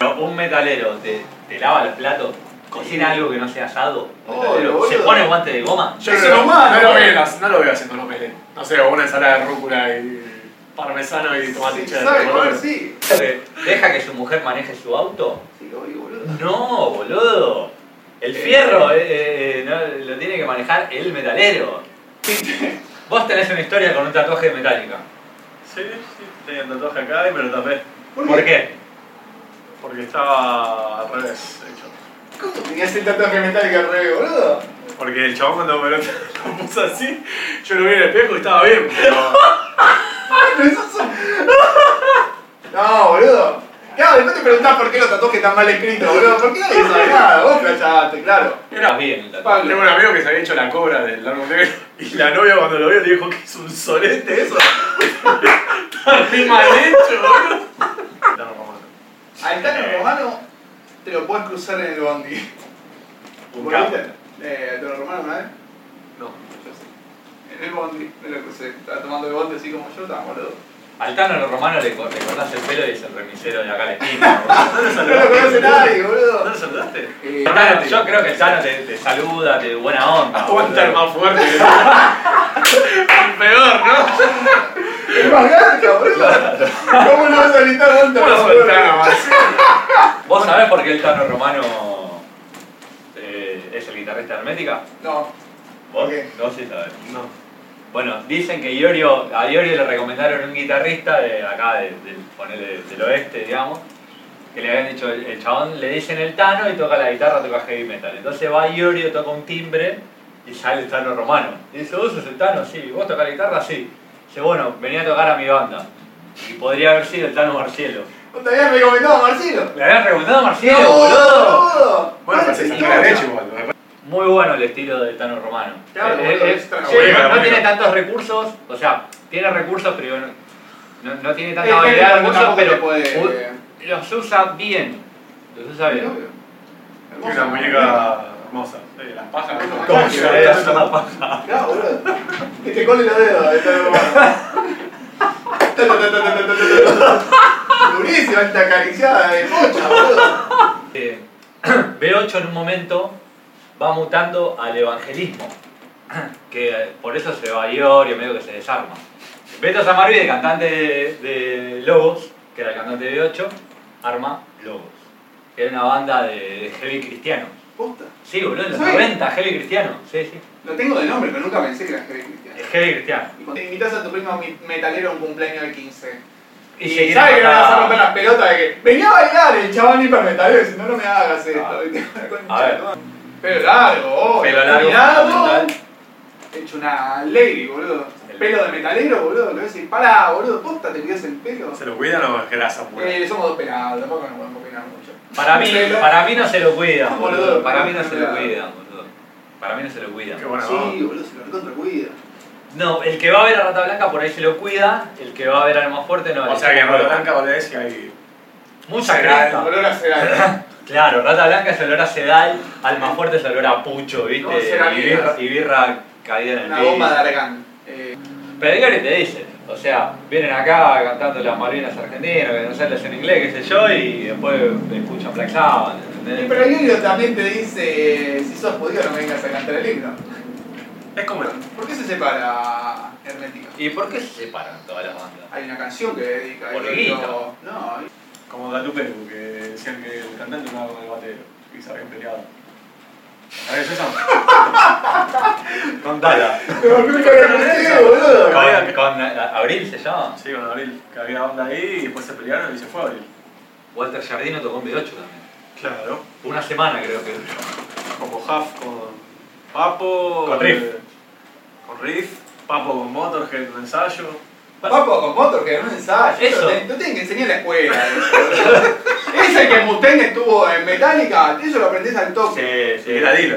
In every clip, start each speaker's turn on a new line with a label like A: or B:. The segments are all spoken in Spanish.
A: Pero un metalero te, te lava los platos, cocina algo que no sea asado, un
B: Oh,
A: metalero,
B: boludo.
A: se pone guante de goma.
C: Yo
B: Es
C: no, lo-
B: inhumano. eh.
C: no lo veo, no lo veo haciendo los meles. No sé, o una ensalada de rúcula y parmesano y tomate
B: Sí,
C: cheddar,
B: ¿Sabe
C: boludo.
B: comer? Sí.
A: ¿Deja que su mujer maneje su auto?
B: Sí, obvio, boludo.
A: No, boludo. El fierro eh, eh, no, lo tiene que manejar el metalero. Vos tenés una historia con un tatuaje de metálica.
D: Sí, sí, tenía el tatuaje acá y me lo tapé.
A: ¿Por qué?
D: Porque estaba al revés, de hecho.
B: ¿Cómo tenías el tatuaje metálico al revés, boludo?
D: Porque el chabón cuando me lo, lo puso así, yo lo vi en el espejo y estaba bien, pero.
B: Ah, Pero eso son- No, boludo. Claro, después te preguntás por qué los tatuajes están mal escritos, boludo. ¿Por qué nadie sabe nada? Vos flashaste, claro.
A: Era bien el tatuaje.
C: Pablo.
D: Tengo un amigo que se había hecho la cobra del largo negro y la novia cuando lo vio le dijo que es un solete eso. Está re mal hecho, boludo. No, no, no.
B: Al Tano Romano te lo podés cruzar en el bondi. ¿Vos lo
A: capo.
B: viste? Eh, ¿Al Tano Romano una vez?
D: No.
B: Yo sí. En el bondi me lo crucé. Estaba tomando el bondi así como yo, estaba boludo.
A: Al Tano Romano le, cor- le cortás el pelo y es el remisero de acá a la esquina. boludo.
D: ¿No le
B: No lo conoce
D: saludaste?
B: nadie,
D: ¿No
B: boludo.
D: le saludaste?
B: Eh,
A: El Tano, yo creo que el Tano te, te saluda, te buena onda.
C: Aguanta el
A: boludo.
C: más fuerte. El peor, ¿no?
B: Es más garca, boludo. ¿Cómo lo vas a gritar vos,
C: ¿Cómo lo
B: Tano, boludo?
C: soltás nomás?
A: ¿Vos sabés por qué el Tano Romano eh, es el guitarrista de hermética?
B: No.
A: ¿Vos?
B: ¿Por qué?
A: No sé saber.
D: No.
A: Bueno, dicen que Iorio, a Iorio le recomendaron un guitarrista de acá, de- del, ponele, del oeste, digamos, que le habían dicho, el, el chabón le dicen el Tano y toca la guitarra, toca heavy metal. Entonces va Iorio, toca un timbre y sale el Tano Romano. Y dice, vos sos el Tano, sí, vos tocas la guitarra, sí. Dice, bueno, venía a tocar a mi banda. Y podría haber sido el Tano Marcielo.
B: ¿Te habías recomendado a Marcelo?
A: Le habían recomendado a Marcielo,
B: No,
A: boludo.
B: boludo.
C: Bueno,
B: ¿Cuál
C: pero
B: es
C: se
B: la
C: saca la
B: historia?
C: leche igual.
A: Muy bueno el estilo de Tano Romano.
B: Claro,
A: Eh,
B: boludo,
A: eh,
B: es tan
A: sí,
D: bueno,
A: no, no
D: bueno.
A: tiene tantos recursos, o sea, tiene recursos, pero no, no- no tiene tanta
B: Eh,
A: variedad de
B: pero
A: recursos,
B: tampoco
A: pero
B: te puede-
A: u- los usa bien. Los usa
B: Sí,
A: bien.
B: obvio.
D: Tiene una muñeca hermosa. Sí, Eh, las pajas.
B: ¿Cómo
D: ¿Cómo
B: se
D: lloré?
B: hace No, boludo. Que te cole eh, los dedos de estar romano. Durísima esta acariciada de pocha, boludo.
A: Eh, B8 en un momento va mutando al evangelismo, que eh, por eso se va a Iorio, medio que se desarma. Beto Samarvi, el cantante de, de Lobos, que era el cantante de B8, arma Lobos, que era una banda de, de heavy cristiano.
B: Posta.
A: Sí, boludo, en los
B: Sí.
A: 90, heavy cristiano. Sí, sí.
B: Lo tengo de nombre, pero nunca pensé que era heavy cristiano.
A: Es heavy cristiano.
B: Y cuando te invitas a tu primo mi- metalero a un cumpleaños de 15.
A: Y
B: Y,
A: se quiere
B: sabe que no
A: matar.
B: le vas a romper las pelotas de que venía a bailar el chabón hiper metalero, si no, no me hagas esto.
A: Ah.
B: ¿viste? Con
A: A ver.
B: Pelo largo, oh,
A: Pelo largo,
B: caminado.
A: fundamental.
B: Hecho una lady, boludo.
A: El-
B: Pelo de metalero, boludo. Le voy a decir, pará, boludo, posta, te cuidas el pelo.
D: ¿Se lo cuidan o es grasa pura?
B: Eh, somos dos pelados, tampoco nos podemos opinar mucho.
A: Para mí,
B: Pelo.
A: para mí no se lo cuidan,
B: Boludo,
A: boludo. Para mí no se lo
B: claro.
A: cuidan, boludo. Para mí no se lo cuidan.
D: Qué buena
B: sí, boludo, se lo recontra cuida.
A: No, el que va a ver a Rata Blanca por ahí se lo cuida, el que va a ver a más Fuerte no.
D: banda. O
A: el
D: sea que en
A: no lo-
D: Rata Blanca volvés y hay.
A: Mucha
D: Sedal,
A: cresta.
B: Olor a ceral.
A: Claro, Rata Blanca es olor a sedal, Almafuerte es olor a pucho, ¿viste?
B: No, será
A: y, birra,
B: birra.
A: y birra caída en el
B: una bomba de
A: piso.
B: argán. Eh,
A: Pero Igor te dice, o sea, vienen acá cantando las Malvinas argentinas, que no sé, las en inglés, qué sé yo, y después escuchan Black Sabbath, ¿entendés?
B: pero el libro también te dice, si sos judío no vengas a cantar el libro.
D: Es como.
B: ¿Por qué se separa Hermética?
A: ¿Y por qué se separan todas las bandas?
B: Hay una canción que dedica
A: Por
B: el
A: el
B: libro. No,
D: Como Gatupe, que decían que el cantante andaba con el batero y se habían peleado. ¿Sabes eso?
A: Contala.
B: Pero nunca lo escuché, boludo.
A: ¿Con, con a- Abril se llama?
D: Sí, con Abril, que había onda ahí y después se pelearon y se fue Abril.
A: Walter Jardino tocó un B8 también.
D: Claro.
A: Una semana creo que duró.
D: Como Huff con Papo.
A: Con Riff.
D: eh, con Riff. Papo con Motorhead, un ensayo.
B: Papo con motor que en un ensayo.
A: Eso.
B: Te, te tienen que enseñar en la escuela. eso, boludo. Ese que Mustaine estuvo en Metallica, eso lo aprendés al toque.
A: Sí,
D: Y era Dilo.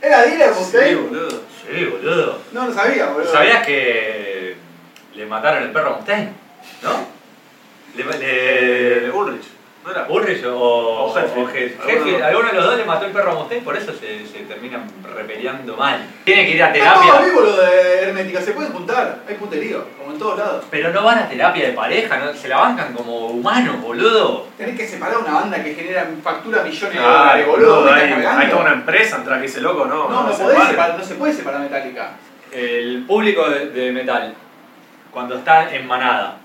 B: ¿Era dealer
D: Sí,
B: Mustaine?
D: boludo.
A: Sí, boludo.
B: No lo sabía, boludo.
A: ¿Sabías que le mataron el perro a Mustaine? ¿No? Le, le-
D: Eh, Ulrich. No era.
A: Burrich o, o,
D: O Hetfield.
A: Hetfield.
D: Alguno de los
A: Hetfield,
D: dos.
A: alguno de los dos le mató el perro a Mustaine, por eso se, se terminan repeleando mal. Tiene que ir a
B: Está todo
A: terapia,
B: vivo lo de Hermética, se pueden juntar, hay puterío, como en todos lados.
A: pero no van a terapia de pareja, no, se la bancan como humanos, boludo.
B: Tenés que separar una banda que genera factura millones de
D: Ah,
B: dólares, boludo, me
D: hay,
B: estás
D: hay
B: cagando.
D: toda una empresa atrás que dice loco, no.
B: No, no,
D: se
B: podés
D: vale.
B: separar, no se puede separar Metallica.
A: El público de, de metal, cuando está en manada,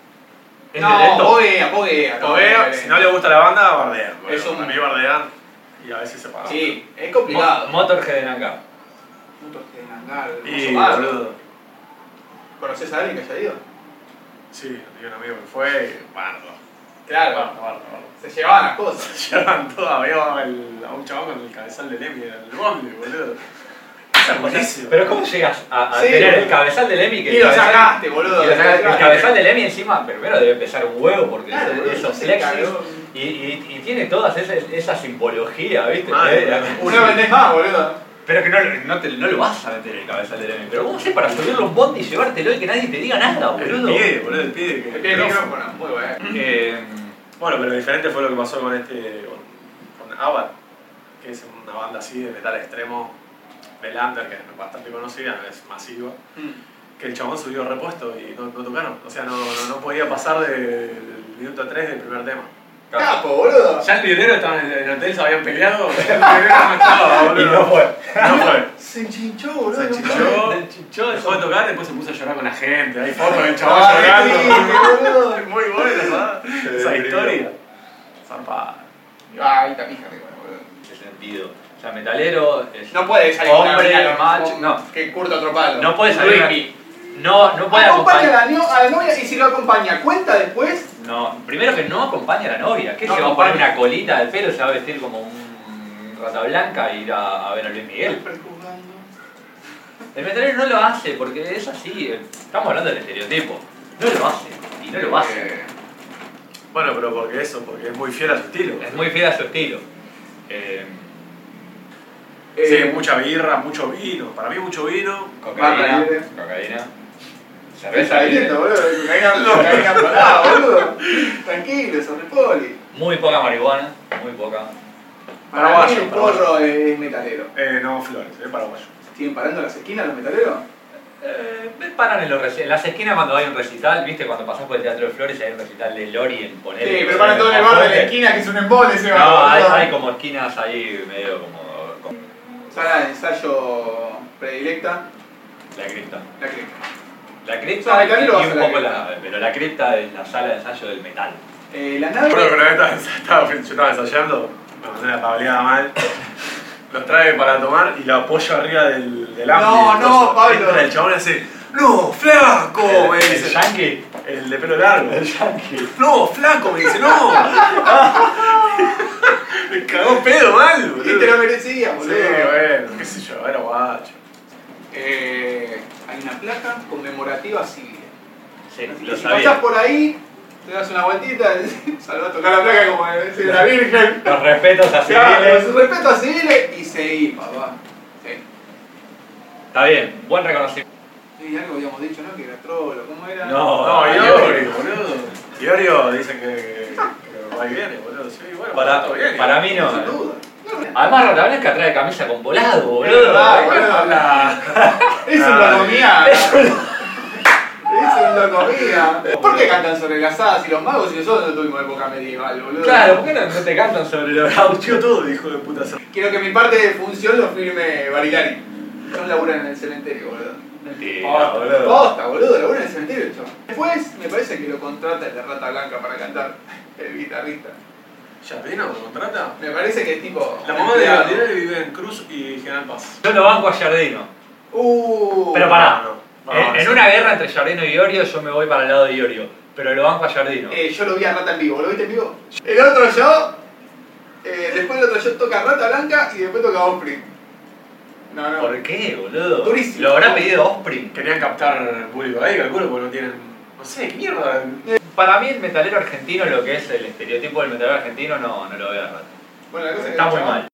A: es
B: No,
A: violento.
B: poguea, poguea.
D: O veo, si no le gusta la banda, bardear.
B: eh. Es un-
D: A mí bardear y a veces se paga.
B: Sí, es
A: Mo-
B: complicado.
A: Motorhead de Nanka.
B: Puto, este Nangar,
D: Y
B: Mozo Pablo.
D: boludo.
B: ¿Conoces a alguien que haya ido?
D: Sí, tenía un amigo que fue y bardo. Bardo, bardo, bardo.
B: se llevaban las cosas.
D: Llevan todo, había el- a un chabón con el cabezal de Lemmy en el bondi, boludo. Eso es buenísimo.
A: Pero ¿cómo llegas a, a
B: Sí,
A: tener el
B: boludo.
A: cabezal de Lemmy que
B: Y lo
A: el cabezal-
B: sacaste, boludo.
A: y lo sacaste? El cabezal de Lemmy encima, primero debe pesar un huevo porque
B: Claro,
A: eso-
B: boludo,
A: esos
B: se
A: flexis-
B: cagó.
A: Y, y, y tiene todas esas, esa simbología, ¿viste?
D: Madre,
A: Eh,
D: boludo.
B: Una vendés más, boludo.
A: pero que no, lo- no, te, no lo vas a meter en el cabezal de Lemmy. Pero ¿cómo haces para subirlo a un bondi y llevártelo y que nadie te diga nada,
D: El
A: boludo?
D: pie, boludo, el pie. que-
B: El pie de micrófono, muy bueno.
A: Eh,
D: Bueno, pero diferente fue lo que pasó con este. con, con Abad, que es una banda así de metal extremo, Belander, que es bastante conocida, no es masiva,
B: Mm.
D: que el chabón subió repuesto y no, no tocaron. O sea, no, no, no podía pasar de- del minuto 3 del primer tema.
A: claro.
B: Capo, boludo.
C: Ya el librero estaba en el hotel, se habían peleado. El librero no estaba,
A: Y
C: boludo.
A: no fue.
D: No fue.
B: Se enchinchó, boludo.
D: Se
B: no
D: enchichó.
B: puedo.
A: El chichón,
D: Dejó de tocar, después se puso a llorar con la gente. Hay fotos del chabón
B: Ay,
D: llorando.
B: sí, boludo.
D: Muy buena, ¿verdad? Esa
A: deprimió.
D: historia. Zarpada.
B: Ay, Ah, está pija arriba, boludo.
A: Ese sentido. O sea, metalero es-
B: No puede salir
A: Hombre,
B: una mina
A: macho,
B: con-
A: no.
B: que curta otro palo.
A: No puede salir una-
B: Ricky.
A: No, no puede
B: Acompaña a
A: acompañar.
B: la, nio- a la novia y si lo acompaña, cuenta después.
A: No, primero que no acompaña a la novia. ¿Qué
B: No
A: se va a poner
B: acompaña.
A: una colita de pelo? Se va a vestir como un rata blanca e ir a, a ver a Luis Miguel.
B: Prejuzgando.
A: El metalero no lo hace porque es así. eh, Estamos hablando del estereotipo. No lo hace. Y no lo hace.
B: Eh,
D: Bueno, pero porque eso, porque es muy fiel a su estilo.
A: Es muy fiel a su estilo. Eh,
D: Sí,
B: eh,
D: mucha birra, mucho vino. Para mí mucho vino.
B: Barra
A: cocaína.
B: libre.
A: Cocaína.
B: Está
A: Cerveza. libre.
B: viendo, boludo. Cocaína- cocaína parada, boludo. Tranquilo, sobre poli.
A: Muy poca marihuana. Muy poca.
B: Para mí el
D: Paraguayo, paraguayo.
B: porro es metalero.
D: Eh, no, Flores, es paraguayo.
B: ¿Siguen parando las esquinas los metaleros?
A: Eh, me paran en, los reci- en las esquinas cuando hay un recital, ¿viste? Cuando pasás por el Teatro de Flores y hay un recital de Lori en
B: Sí,
A: Ponele.
B: pero paran todo en el
A: Ponele.
B: borde de la esquina que es un embole ese
A: No, hay,
B: boludo.
A: hay como esquinas ahí medio como, como
B: Sala de ensayo predilecta,
A: la cripta.
B: la cripta.
A: La
B: Ah,
A: cripta
B: el
A: y
B: canelo va a
A: un
B: ser la
A: poco la
B: cripta.
A: nave, pero la cripta es la sala de ensayo del metal.
B: Eh, la
D: Bueno,
B: nave.
D: pero una vez estaba, estaba- yo estaba ensayando, me mandé la pableada mal. Los trae para tomar y la apoyo arriba del, del amplio.
B: No, no,
D: Entonces,
B: Pablo.
D: entra el chabón y hace, no, flaco, me
A: el, el
D: dice.
A: yankee,
D: El de pelo largo.
A: el yankee.
D: No, flaco, me dice, no. me cagó pedo mal,
B: Y
D: boludo.
B: te lo merecías,
D: Sí,
B: boludo.
D: bueno, qué sé yo, era guacho.
B: Eh, hay una placa conmemorativa civil.
A: Sí,
B: Así que
A: lo
B: si pasás
A: sabía.
B: por ahí, te das una vueltita, salvás a tocar la placa como debe ser la Virgen.
A: Los respetos a
B: Claro,
A: civiles.
B: su respeto a civiles y seguí, papá. Sí. pues.
A: Está bien, buen reconocimiento.
B: Y algo habíamos dicho, ¿no? Que era trolo, ¿cómo era?
A: No,
D: No,
A: no,
D: Iorio, boludo. Iorio dicen que, que va y viene, boludo. Sí, bueno,
A: Para,
D: todo viene.
A: para mí no.
B: Sin
A: eh.
B: duda.
A: Además, Rata Blanca trae camisa con volado,
B: verdad,
A: boludo.
B: boludo.
D: Ah, Habla.
B: Eso
D: Ah,
B: lo comía. Eso lo comía. ¿Por qué cantan sobre las hadas y los magos si nosotros no tuvimos época medieval, boludo?
A: Claro, ¿por qué no, no te cantan sobre los
D: Yo
A: gauchos?
D: todo, hijo de puta.
B: Quiero que mi parte de función lo firme Barilari. Yo laburo en el cementerio, boludo.
A: Mentira, boludo.
B: Posta, boludo, labura en el cementerio, yo. Después me parece que lo contrata el de Rata Blanca para cantar, el guitarrista.
D: ¿Ya vino? ¿Lo contrata?
B: Me parece que es tipo.
D: La mamá de
B: empleado.
D: Gabriel vive en Cruz y General Paz.
A: Yo lo banco a Jardino.
B: Uh.
A: Pero pará.
D: No, no.
A: En, en una guerra entre Jardino y Iorio, yo me voy para el lado de Iorio. Pero lo banco a Jardino.
B: Eh, yo lo vi a Rata en vivo, ¿lo viste en vivo? El otro yo, eh, después el otro yo toca Rata Blanca y después toca Osprey. No, no.
A: ¿Por qué, boludo?
B: Durísimo.
A: Lo habrá pedido Ospring.
D: Querían captar público ahí, calculo, porque no tienen. No sé, qué mierda.
A: Para mí, el metalero argentino, lo que es el estereotipo del metalero argentino, no, no lo veo a rato.
B: Bueno, la cosa es que
A: Está
B: el
A: muy
B: chabón-
A: mal.